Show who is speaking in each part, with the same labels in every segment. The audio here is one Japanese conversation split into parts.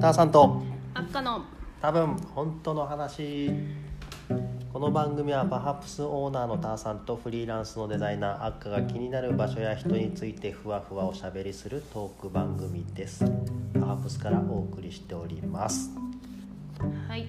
Speaker 1: ターさんと
Speaker 2: あっかの
Speaker 1: 多分本当の話この番組はパハプスオーナーのターさんとフリーランスのデザイナーアッカが気になる場所や人についてふわふわおしゃべりするトーク番組ですパハプスからお送りしております
Speaker 2: はい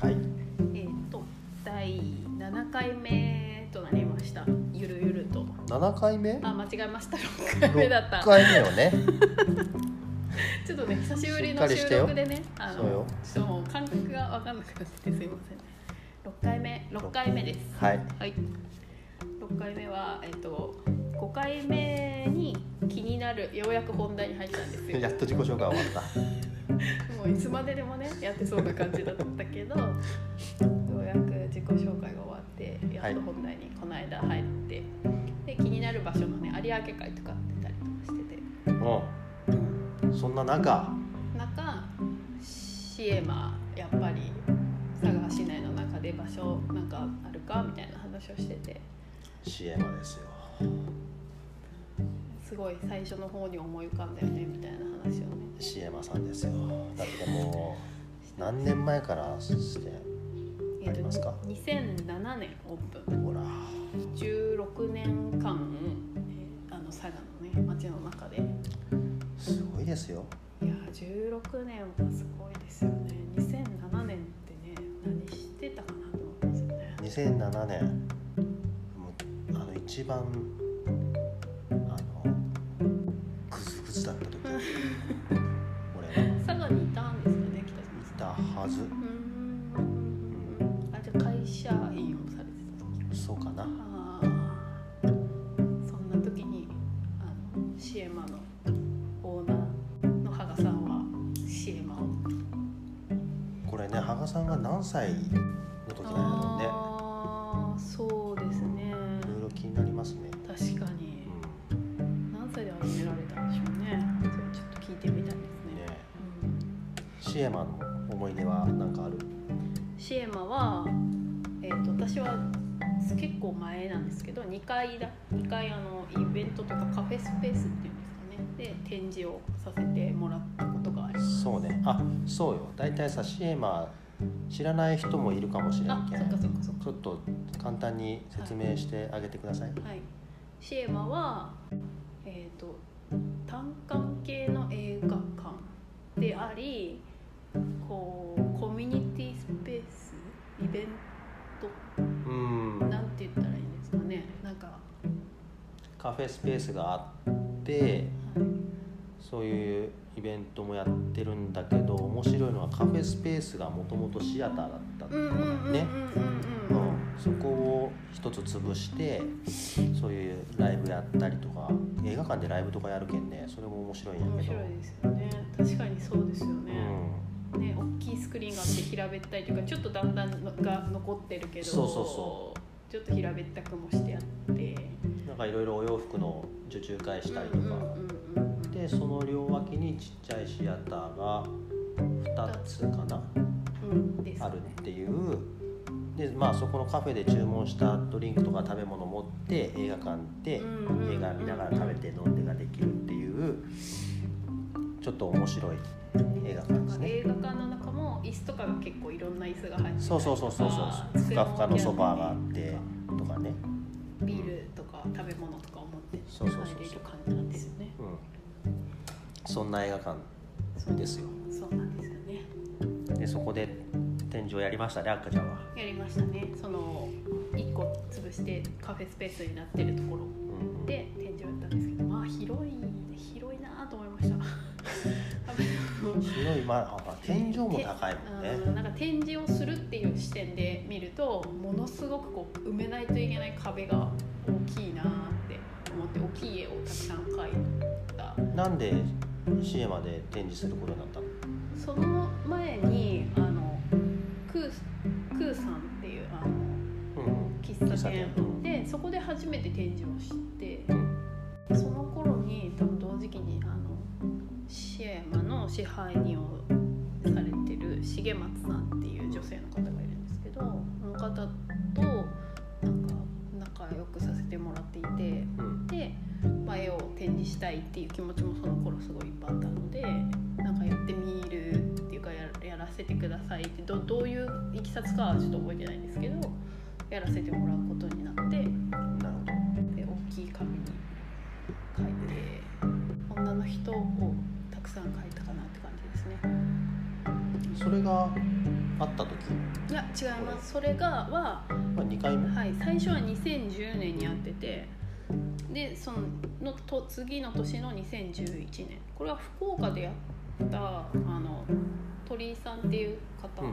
Speaker 1: はい
Speaker 2: えっ、と第7回目となりましたゆるゆると
Speaker 1: 7回目
Speaker 2: あ間違えました6回目だっ
Speaker 1: 6
Speaker 2: た
Speaker 1: 回目よ ね
Speaker 2: ちょっとね久しぶり
Speaker 1: しっか
Speaker 2: の
Speaker 1: りし
Speaker 2: 収
Speaker 1: てよ
Speaker 2: 録でねあ
Speaker 1: そうよ
Speaker 2: のちょっともう感覚が分かんなくなっててすいません6回目6回目です
Speaker 1: はい
Speaker 2: はい6回目はえっ、と5回目に気になるようやく本題に入ったんですよ
Speaker 1: やっと自己紹介終わっ
Speaker 2: もういつまででもねやってそうな感じだったけどようやく自己紹介が終わってやっと本題にこの間入って、で気になる場所のね有明海とか出たりとかしてて
Speaker 1: たうんそんな中
Speaker 2: 中シエマやっぱり佐賀市内の中で場所なんかあるかみたいな話をしてて
Speaker 1: CM ですよ
Speaker 2: すごい最初の方に思い浮かんだよねみたいな話をね
Speaker 1: CM さんですよだってもう何年前からして
Speaker 2: えっ
Speaker 1: あり
Speaker 2: と
Speaker 1: ますか
Speaker 2: 2007年オープン
Speaker 1: ほら
Speaker 2: 16年間、えーあの佐賀のね町の中でいや
Speaker 1: すごいですよ
Speaker 2: ー16年はすごいですよね2007年ってね何してたかなと思いますよね
Speaker 1: 2007年もうあの一番あのグズグズだった時俺は行
Speaker 2: 佐賀にいたんですかね北島さん
Speaker 1: ったはず
Speaker 2: うーんあじゃあ会社員をされてた時
Speaker 1: そうかな
Speaker 2: ああそんな時にあのシエマのオーナーの羽賀さんはシエマを
Speaker 1: これね羽賀さんが何歳の時なんやろうね
Speaker 2: ああそうですね
Speaker 1: いろいろ気になりますね
Speaker 2: 確かに
Speaker 1: う
Speaker 2: 何歳で始められたんでしょうねそれちょっと聞いてみたいです
Speaker 1: ん
Speaker 2: ね
Speaker 1: ね
Speaker 2: うん
Speaker 1: シエマの思い出は何かある
Speaker 2: シエマは、えー、と私は結構前なんですけど2階だ2階あのイベントとかカフェスペースっていうんですかねで展示をさせてもらったことがあります
Speaker 1: そうねあそうよ大体さシエマ知らない人もいるかもしれん
Speaker 2: あ
Speaker 1: け
Speaker 2: そっか
Speaker 1: ん
Speaker 2: そっかそっ
Speaker 1: ちょっと簡単に説明してあげてください、
Speaker 2: かはいシエマはえっ、と単館系の映画館でありこうコミュニティスペースイベント
Speaker 1: うん
Speaker 2: なんて言ったらいいんですかねなんか、は
Speaker 1: カフェスペースがあって
Speaker 2: い、
Speaker 1: そういうイベントもやってるんだけど面白いのはカフェスペースがもともとシアターだったって
Speaker 2: う
Speaker 1: い
Speaker 2: ん
Speaker 1: う
Speaker 2: うんうんうん
Speaker 1: のね、
Speaker 2: うんう
Speaker 1: うんん、そこを一つ潰してそういうライブやったりとか映画館でライブとかやるけんねそれも面白いんや
Speaker 2: 面
Speaker 1: けど
Speaker 2: 白いですよね確かにそうですよ
Speaker 1: う
Speaker 2: ね,、ね大きいスクリーンがあって平べったいというかちょっとだんだんのが残ってるけど
Speaker 1: そうそうそ
Speaker 2: ちょっと平べったくもしてあって
Speaker 1: ん、なんかいろいろお洋服の受注会したりとか、
Speaker 2: うんうんうんうんうん
Speaker 1: でその両脇にちっちゃいシアターが2つかな
Speaker 2: うんです
Speaker 1: あるっていうでまあそこのカフェで注文したドリンクとか食べ物持って映画館で
Speaker 2: うんうんうん
Speaker 1: 映画見ながら食べて飲んでができるっていうちょっと面白い映画館ですね
Speaker 2: 映画館の中も椅子とかが結構いろんな椅子が入ってたりとか
Speaker 1: そうそうそうそうそうふかふかのソファーがあってとかね、
Speaker 2: ビールとか食べ物とかを持って
Speaker 1: そうそうそうそう
Speaker 2: 入れる感じなんですよね
Speaker 1: うん、そんな映画館
Speaker 2: そう
Speaker 1: ですよ
Speaker 2: そうなんですよね
Speaker 1: でそこで展示をやりましたねあっかちゃんは、
Speaker 2: やりましたねその1個潰してカフェスペースになってるところ
Speaker 1: うん、
Speaker 2: で展示をやったんですけどまあ広い広いなと思いました あ
Speaker 1: 広いまああ天井も高いもん
Speaker 2: の
Speaker 1: ね
Speaker 2: うんなんか展示をするっていう視点で見るとものすごくこう埋めないといけない壁が大きいなって思って大きい絵をたくさん描いた
Speaker 1: なんでシエマで展示することになったの
Speaker 2: その前にあのクークーさんっていうあの
Speaker 1: うん
Speaker 2: 喫茶店
Speaker 1: 喫茶店
Speaker 2: でそこで初めて展示をして
Speaker 1: うん
Speaker 2: その頃に多分同時期にあのシエマの支配人をされてる重松さんっていう女性の方がいるんですけどその方となんか仲良くさせてもらっていて
Speaker 1: うん
Speaker 2: で、まあ、絵を展示したいっていう気持ちもその頃すごいいっぱいあったのでなんかかやってみるっていうかややらせてくださいってどどういういきさつかはちょっと覚えてないんですけどやらせてもらうことになって
Speaker 1: なるほど
Speaker 2: で大きい紙に書いて女の人をたくさん書いたかなって感じですね。
Speaker 1: それがあった時、
Speaker 2: いや違いますそれがは
Speaker 1: まあ、2回目
Speaker 2: はい、最初は2010年にやっててでそののと次の年の2011年これは福岡でやったあの鳥居さんっていう
Speaker 1: うん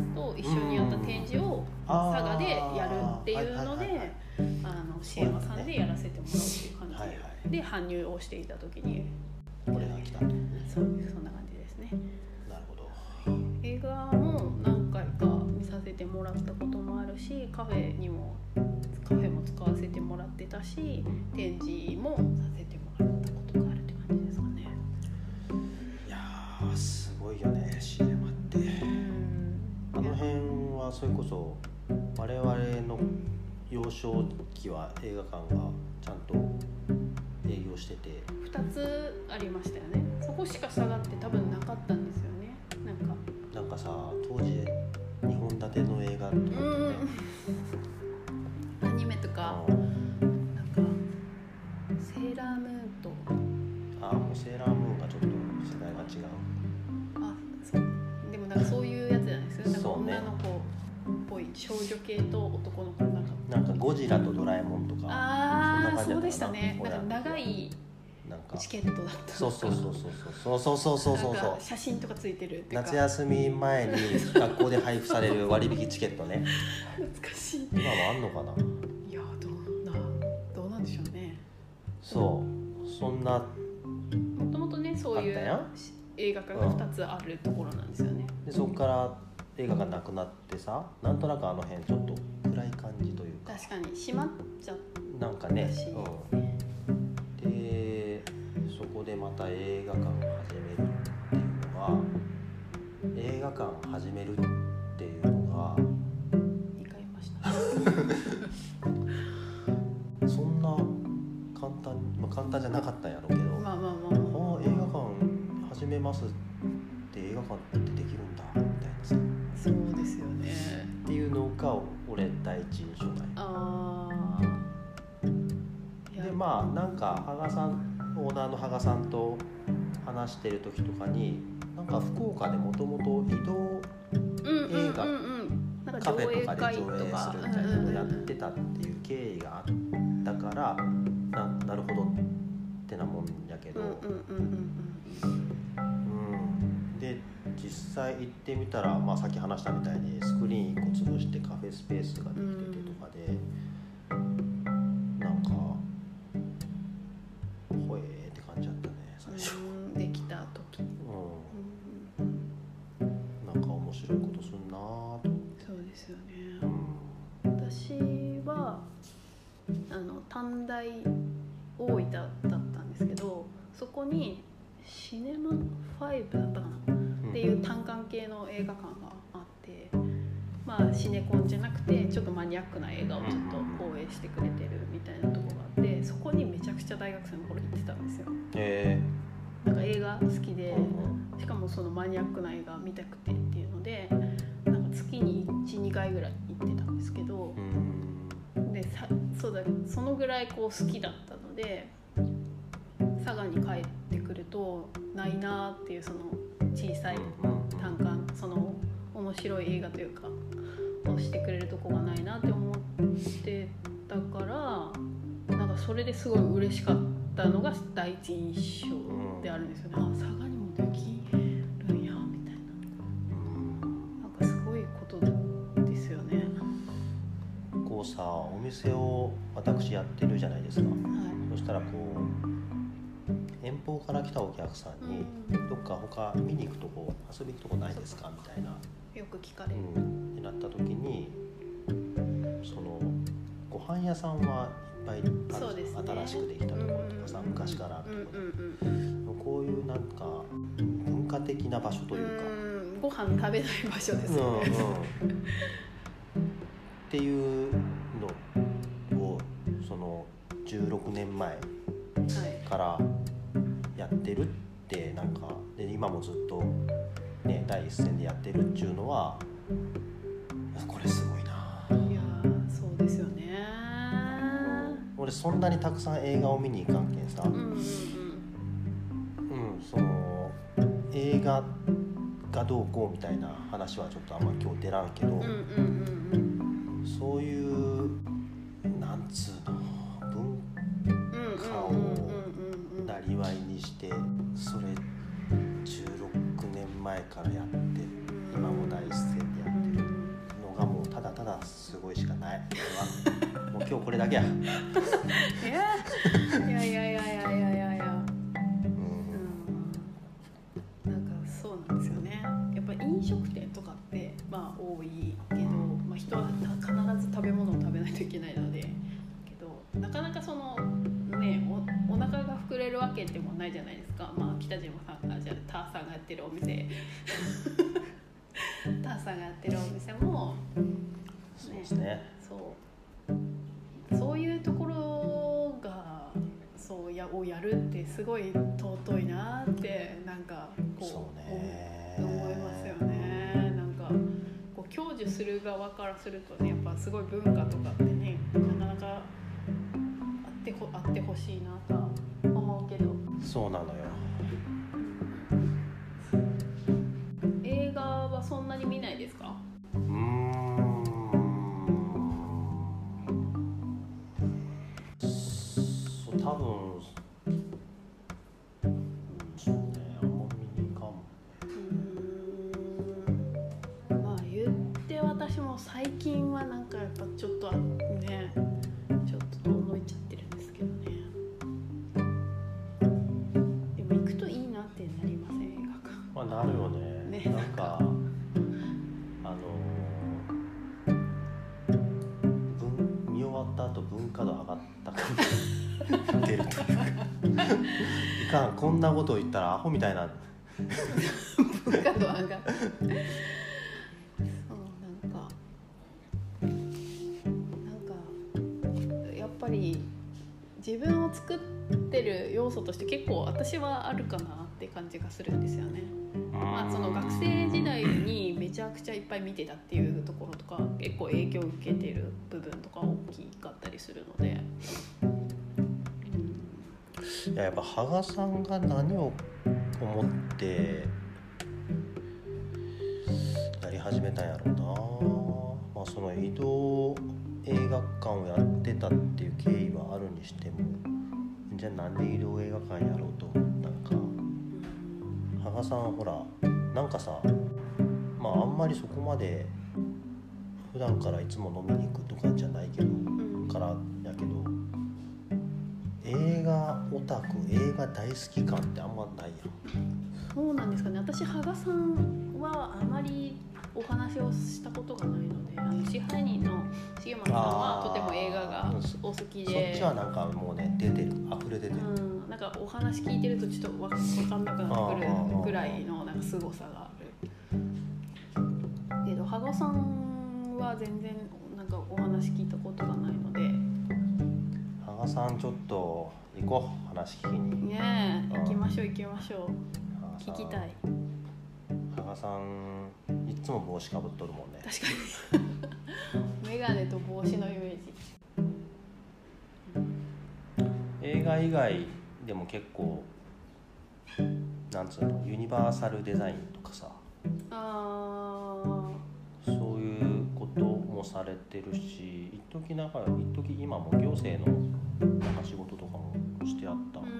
Speaker 1: うん
Speaker 2: 方と一緒にやった展示を
Speaker 1: あー
Speaker 2: 佐賀でやるっていうの
Speaker 1: はいはいはいはい
Speaker 2: であのシエマさんでやらせてもらうっていう感じで,、
Speaker 1: はいは
Speaker 2: で搬入をしていた時に
Speaker 1: これが来たと
Speaker 2: そうそんな感じですね
Speaker 1: なるほど
Speaker 2: 映画も何回か見させてもらったこともあるしカフェにもカフェも使わせてもらってたし展示もさせてもらったことがあるって感じですかね
Speaker 1: いやーすごいよねシネマって
Speaker 2: うん
Speaker 1: あの辺はそれこそ我々の幼少期は映画館がちゃんと営業してて
Speaker 2: 2つありましたよねそこしか下がって多分なかったんですよねなんか
Speaker 1: なんかさ当時2本立ての映画とかってね、
Speaker 2: アニメと
Speaker 1: あ
Speaker 2: かなんかセーラームーンと
Speaker 1: あもうセーラームーンがちょっと世代が違う
Speaker 2: あそうでもなんかそういうやつじゃないですかなんか
Speaker 1: そうね
Speaker 2: 女の子っぽい少女系と男の子のなんか
Speaker 1: なんかゴジラとドラえもんとか
Speaker 2: あ
Speaker 1: そ
Speaker 2: あ
Speaker 1: んな感じだったかな
Speaker 2: そうでしたねなんか長い
Speaker 1: なんか
Speaker 2: チケットだった
Speaker 1: そうそうそうそうそうそうそうそうそう
Speaker 2: なん
Speaker 1: そ
Speaker 2: か
Speaker 1: う
Speaker 2: 写真とかついてるっていうか
Speaker 1: 夏休み前に学校で配布される割引チケットね
Speaker 2: 懐かしい
Speaker 1: 今もあんのかない
Speaker 2: やどんなどうなんでしょうね
Speaker 1: そうそんな
Speaker 2: もともとねそうい
Speaker 1: あっ
Speaker 2: う
Speaker 1: たよ
Speaker 2: 映画館が2つあるところなんですよね
Speaker 1: でそこから映画がなくなってさなんとなくあの辺ちょっと暗い感じというか
Speaker 2: 確かに閉まっちゃっ
Speaker 1: なんかね
Speaker 2: らしいですね、
Speaker 1: うん、でそこでまた映画館を始めるっていうのは映画館を始めるっていうの
Speaker 2: て2回言いました
Speaker 1: がそんな簡単、まあ、簡単じゃなかったんやろうけど、
Speaker 2: まあまあまあ
Speaker 1: あ
Speaker 2: まあ
Speaker 1: あ映画館始めますって映画館ってできるんだみたいなさっ
Speaker 2: そうですよね
Speaker 1: ていうのが俺第一印象ない
Speaker 2: ああ
Speaker 1: でまあなんか羽賀さんオーナーの羽賀さんと話してる時とかになんか福岡でもともと移動
Speaker 2: 映
Speaker 1: 映画
Speaker 2: なん
Speaker 1: カ
Speaker 2: か
Speaker 1: フ
Speaker 2: 上映
Speaker 1: ェとか
Speaker 2: 会
Speaker 1: で
Speaker 2: と
Speaker 1: 上映するみ
Speaker 2: か
Speaker 1: たいなのをやっ
Speaker 2: うんうんうん
Speaker 1: てたっていう経緯があったからななるほどってなもんやけど、
Speaker 2: うんうんうんうん
Speaker 1: うんで実際行ってみたら、まあ、さっき話したみたいにスクリーン1個潰してカフェスペースができててとかで、なんかほえーって感じだったね最初、
Speaker 2: うんできた時、うん
Speaker 1: う
Speaker 2: うんうん、
Speaker 1: ん、なんか面白いことすんなーと、
Speaker 2: そうですよね
Speaker 1: うん、
Speaker 2: 私はあの短大大分だったんですけどそこにシネマ5だったかなっていう単館系の映画館があって、まあ、シネコンじゃなくてちょっとマニアックな映画をちょっと放映してくれてるみたいなとこがあってそこにめちゃくちゃ大学生の頃行ってたんですよ
Speaker 1: え
Speaker 2: なんか映画好き
Speaker 1: ー
Speaker 2: で
Speaker 1: うん
Speaker 2: しかもそのマニアックな映画見たくてっていうのでなんか月に12回ぐらい行ってたんですけど
Speaker 1: うんうん
Speaker 2: でさそうだそのぐらいこう好きだったので佐賀に帰ってくるとないなーっていうその小さい
Speaker 1: うん
Speaker 2: 単管その面白い映画というかをしてくれるとこがないなって思ってたからなんかそれですごい嬉しかったのが第一印象であるんですよね、あ佐賀にもできるんやみたいななんかすごいことですよね、
Speaker 1: うんこうさお店を私やってるじゃないですか
Speaker 2: はい
Speaker 1: そしたらこう遠方から来たお客さんに、
Speaker 2: うん
Speaker 1: どっか他見に行くとこ遊びに行くとこないですかみたいな、
Speaker 2: よく聞かれ
Speaker 1: う
Speaker 2: る、
Speaker 1: ん、ってなった時にそのご飯屋さんはいっぱいあるじゃん
Speaker 2: そうですね
Speaker 1: 新しくできたところとかさ、
Speaker 2: うんうんうん
Speaker 1: 昔からあ
Speaker 2: うん
Speaker 1: るとこ
Speaker 2: う
Speaker 1: ろ
Speaker 2: ん
Speaker 1: とかこういうなんか文化的な場所と
Speaker 2: う
Speaker 1: い
Speaker 2: ん
Speaker 1: うか、
Speaker 2: うんご飯食べない場所ですよね、
Speaker 1: うんうん っていうのをその16年前
Speaker 2: はい
Speaker 1: からやってるっってなんかで今もずっと、ね、第一線でやってるっちゅうのはこれすごいない
Speaker 2: やーそうですよね
Speaker 1: 俺そんなにたくさん映画を見に行かんけんさ、
Speaker 2: うんうん
Speaker 1: うん、その映画がどうこうみたいな話はちょっとあんま今日出らんけど、
Speaker 2: うんうんうん
Speaker 1: そういうなんつうの文
Speaker 2: うんうんうんうん
Speaker 1: 顔
Speaker 2: うんうん
Speaker 1: なりわいにしてそれ16年前からやって今も第一線でやってるのがもうただただすごいしか ない俺はもう今日これだけや、うん
Speaker 2: いやいやいやいやいやいやいやいやうんなんかそうなんですよねやっぱ飲食店とかってまあ多いけど、まあ、人は必ず食べ物を食べないといけないのでけどなかなかそのねおお腹が膨れるわけでもないじゃないですか、まあ、北島さんがじゃあターさんがやってるお店 ターさんがやってるお店も
Speaker 1: そうですね
Speaker 2: そうそういうところがそうやをやるってすごい尊いなってなんかこ
Speaker 1: そううね
Speaker 2: 思いますよねなんかこう享受する側からするとねやっぱすごい文化とかってねなかなかあってこあってほしいなとは思うけど
Speaker 1: そうなのよ
Speaker 2: 映画はそんなに見ないですか
Speaker 1: うーんそう多分うんそうねあんま見に行かんもん
Speaker 2: うーんまあ言って私も最近はなんかやっぱちょっとねちょっと遠のいちゃってるんですけどねでも行くといいなってなりません映画館
Speaker 1: まあ、なるよね
Speaker 2: ね
Speaker 1: なんかあの文見終わった後文化度上がった感じ出るというかいかんこんなことを言ったらアホみたいな
Speaker 2: 物価度上がるそうなんかなんかやっぱり自分を作ってる要素として結構私はあるかなって感じがするんですよねまあ、その学生時代にめちゃくちゃいっぱい見てたっていうところとか結構影響を受けてる部分とか大きかったりするので、
Speaker 1: いややっぱ羽賀さんが何を思ってやり始めたんやろうな、まあ、その移動映画館をやってたっていう経緯はあるにしてもじゃあなんで移動映画館やろうと思ったん
Speaker 2: うん
Speaker 1: か羽賀さんはほらなんかさまああんまりそこまで普段からいつも飲みに行くとかじゃないけど
Speaker 2: うん
Speaker 1: からやけど映画オタク映画大好き感ってあんまないや
Speaker 2: そうなんですかね私羽賀さんはあまりお話をしたことがないのであの支配人の重松さんは
Speaker 1: あー
Speaker 2: とても映画がお好き
Speaker 1: んそっ
Speaker 2: で
Speaker 1: ちはなんかもうね出てる溢れ出てる、
Speaker 2: うん、なんかお話聞いてるとちょっとわわかんなくなってくる
Speaker 1: あー
Speaker 2: ぐらいのなんか凄さがあるけど羽賀さんは全然なんかお話聞いたことがないので
Speaker 1: 羽賀さんちょっと行こう話聞きに
Speaker 2: ねえ
Speaker 1: あー
Speaker 2: 行きましょう行きましょ
Speaker 1: 羽賀
Speaker 2: う
Speaker 1: さん
Speaker 2: 聞きたい
Speaker 1: 羽賀さんいつも帽子かぶっとるもんね
Speaker 2: 確かに メガネと帽子のイメージ
Speaker 1: 映画以外でも結構なんつうのユニバーサルデザインとかさ
Speaker 2: あ
Speaker 1: そういうこともされてるし一時なんか一時今も行政のなんか仕事とかもしてあった
Speaker 2: ー
Speaker 1: よ
Speaker 2: う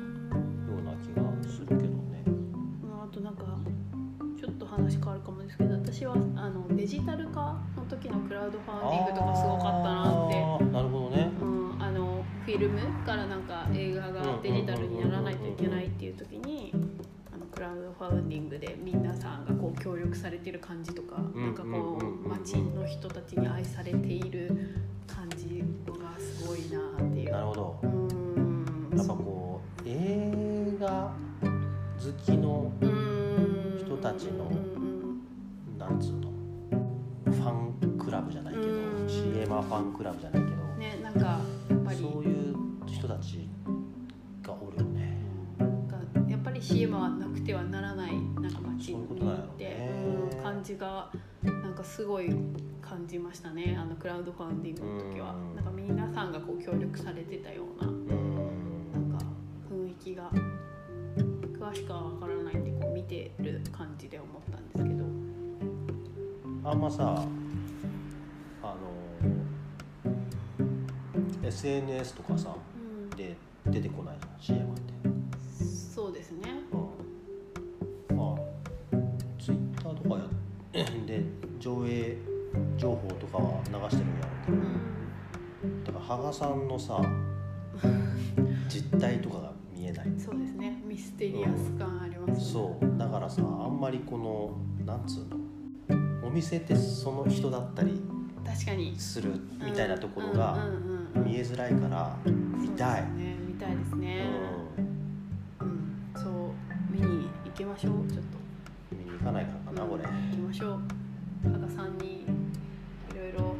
Speaker 2: ー
Speaker 1: うんな気がするけどね
Speaker 2: まああとなんかちょっと話変わるかもですけど私はあのデジタル化の時のクラウドファンディングとかすごかったなって
Speaker 1: あーなるほどね
Speaker 2: うん、あのフィルムからなんか映画がデジタルにならないといけないっていう時にあのクラウドファウンディングで皆さんがこう協力されてる感じとか
Speaker 1: うん
Speaker 2: なんかこ
Speaker 1: うんうんうんう
Speaker 2: うん街の人たちに愛されている感じがすごいなっていう。
Speaker 1: なるほど
Speaker 2: うーん
Speaker 1: やっぱこう映画好きの
Speaker 2: うーん
Speaker 1: 人たちの
Speaker 2: うんうん
Speaker 1: なんつうのファンクラブじゃないけど
Speaker 2: うん
Speaker 1: CM はファンクラブじゃないけ
Speaker 2: う
Speaker 1: ど
Speaker 2: ん、ねなんかやっぱり
Speaker 1: そういう人たちがおるよね
Speaker 2: なんかやっぱり CM はなくてってはならないなんか街に
Speaker 1: そういうことなんや
Speaker 2: っ
Speaker 1: ろう
Speaker 2: て
Speaker 1: ね
Speaker 2: うん感じがなんかすごい感じましたねあのクラウドファンディングの時は
Speaker 1: うん
Speaker 2: なんか皆さんがこう協力されてたような
Speaker 1: うん
Speaker 2: なんか雰囲気が詳しくは分からないんでこう見てる感じで思ったんですけど
Speaker 1: あんまさあの SNS とかさ
Speaker 2: う
Speaker 1: で出てこないじゃん CM って、
Speaker 2: んそうですね
Speaker 1: うん、まあツイッターとかや で上映情報とかは流してるんやろうけ
Speaker 2: う
Speaker 1: ど
Speaker 2: ん
Speaker 1: だから芳賀さんのさ実態とかが見えない
Speaker 2: そうですねミステリアス感ありますね
Speaker 1: そうだからさあんまりこのなんつうのお店ってその人だったり
Speaker 2: 確かに
Speaker 1: するみたいなところが見
Speaker 2: え
Speaker 1: えづらいから見たい、
Speaker 2: ね見たいですね
Speaker 1: う
Speaker 2: うんそう見に行きましょうちょっと
Speaker 1: ん、見に行かないからかなこれ
Speaker 2: 行きましょう加賀さんにいろいろ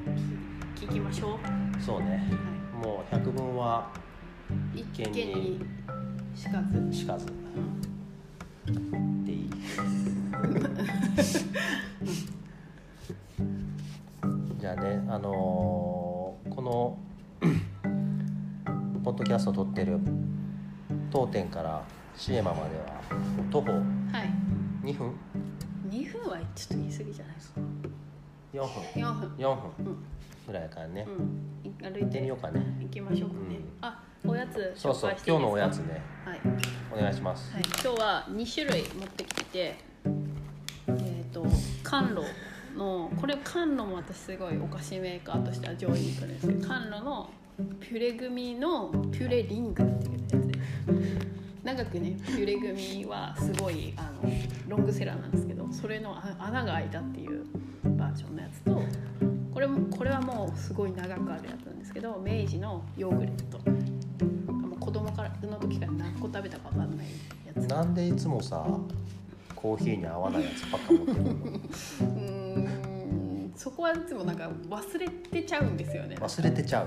Speaker 2: 聞聞きましょうは
Speaker 1: そうねもう百聞はい
Speaker 2: 一
Speaker 1: 見
Speaker 2: 見
Speaker 1: に
Speaker 2: にしかず
Speaker 1: しかずでい いじゃあねあのーこの ポッドキャストを撮ってる当店からシエマまでは徒歩
Speaker 2: はい
Speaker 1: 2分
Speaker 2: 2分はちょっと言い過ぎじゃないですか
Speaker 1: 4分
Speaker 2: 4分
Speaker 1: 4分
Speaker 2: うん
Speaker 1: ぐらいからね
Speaker 2: うんい歩い
Speaker 1: 行って
Speaker 2: て
Speaker 1: みようかね
Speaker 2: 行きましょうかね、
Speaker 1: うん
Speaker 2: あおやつ
Speaker 1: そう
Speaker 2: 紹
Speaker 1: そう
Speaker 2: 介してい
Speaker 1: 今
Speaker 2: いですか
Speaker 1: 日のおやつね
Speaker 2: はい
Speaker 1: お願いします、
Speaker 2: はい、今日は2種類持ってきてて、えー、と甘露のこれ甘露も私すごいお菓子メーカーとしては上位に来るんですけど甘露のピュレ組のピュレリングっていうやつです長くねピュレ組はすごいあのロングセラーなんですけどそれのあ穴が開いたっていうバージョンのやつとこれもこれはもうすごい長くあるやつなんですけど明治のヨーグレットもう子供からの時から何個食べたか分かんないやつ
Speaker 1: なんでいつもさコーヒーに合わないやつばっか持ってくるの
Speaker 2: うーんそこはいつもなんか忘れてちゃうんですよね
Speaker 1: 忘れてちゃう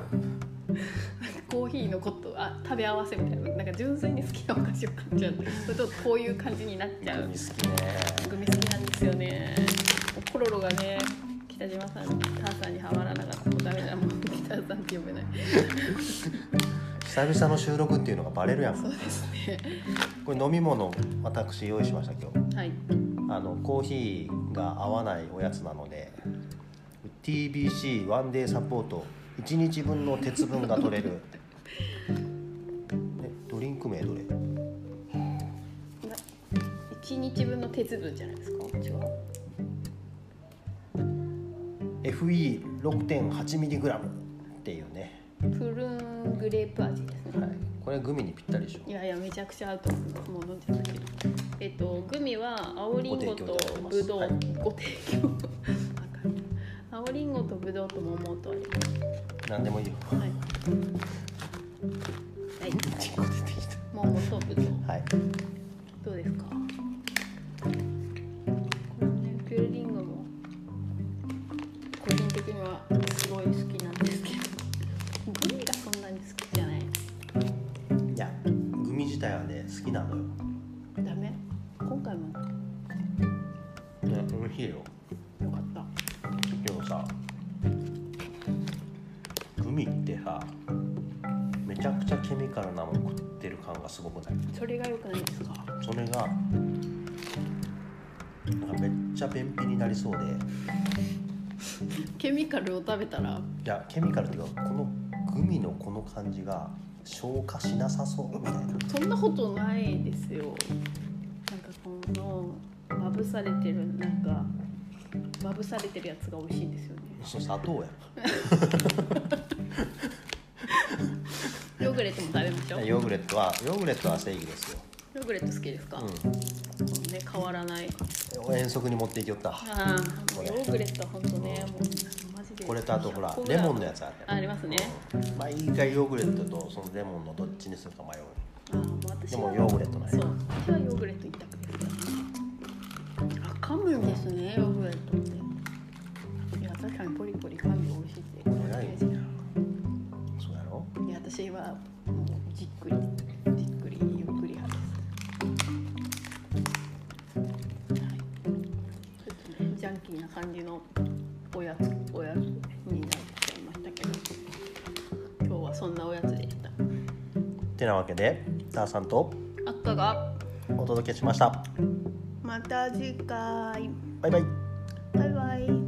Speaker 2: コーヒーのことあ食べ合わせみたいななんか純粋に好きなお菓子を買っちゃう それとこういう感じになっちゃ
Speaker 1: グ
Speaker 2: う
Speaker 1: ミ好きね
Speaker 2: グミ好きなんですよねコロロがね北島さんターさんにはまらなかったもうダメだもう北さんって呼べない
Speaker 1: 久々の収録っていうのがバレるやん
Speaker 2: そうですね
Speaker 1: これ飲み物私用意しました今
Speaker 2: はい
Speaker 1: 日あのコーヒーが合わないおやつなので TBC ワンデーサポート1日分の鉄分が取れるえドリンク名どれ
Speaker 2: な一日分の鉄分じゃないですか違う
Speaker 1: FE6.8mg っていうね、
Speaker 2: プルーングレープ味ですね、
Speaker 1: はい、これグミにぴったりでし
Speaker 2: い
Speaker 1: ょ
Speaker 2: やいやめちゃくちゃ合うと思うもう飲んじゃったけどえっとグミは青りんごとぶどうご提供わかった青りんごとぶどうと桃とあります
Speaker 1: 何でもいいよ
Speaker 2: はい、 はい、
Speaker 1: 1個出てき
Speaker 2: 桃とぶどう
Speaker 1: たはい
Speaker 2: どうですかこれねピューリンゴも個人的にはすごい好きなんですけどグミがそんなに好きじゃない
Speaker 1: いやグミ自体はね好きなのよ
Speaker 2: ダメ今回も
Speaker 1: ね美味しいよ
Speaker 2: よかった
Speaker 1: でもさグミってさめちゃくちゃケミカルなもの食ってる感がすごくない
Speaker 2: それが良くないですか
Speaker 1: それがなんかめっちゃ便秘になりそうで
Speaker 2: ケミカルを食べたら
Speaker 1: いやケミカルっていうかこのグミのこの感じが消化しなさそうみたいな
Speaker 2: そんなことないですよなんかこのまぶされてるなんかまぶされてるやつが美味しいんですよね
Speaker 1: そう砂糖や
Speaker 2: ヨーグレットも食べましょうヨ
Speaker 1: ヨーグレットはヨーグレットは正義ですよ、
Speaker 2: ーグレット好きですか、ね変わらない
Speaker 1: うん、遠足に持っていきよった
Speaker 2: ああ
Speaker 1: こ
Speaker 2: もう
Speaker 1: れ
Speaker 2: ヨーグレットは本当ねもうマジで
Speaker 1: これとあとほら
Speaker 2: 100個ぐ
Speaker 1: レ
Speaker 2: い
Speaker 1: モンのやつある
Speaker 2: ありますね
Speaker 1: 毎回ヨーグレットとそのレモンのどっちにするか迷う
Speaker 2: あもう私は
Speaker 1: でもヨーグレットない
Speaker 2: そう私はヨーグレット一択ですあ噛むんですねヨーグレットっていや確かにポリポリ噛んで美味しいってこのイメージが
Speaker 1: そうやろ
Speaker 2: いや私はもうじっくりじっくりゆっくり派ですャンキーな感じのおやつおやつになっちゃいましたけど今日はそんなおやつでした
Speaker 1: てなわけでターさんと
Speaker 2: あっかが
Speaker 1: お届けしました
Speaker 2: また次回
Speaker 1: バイバイ
Speaker 2: バイバイ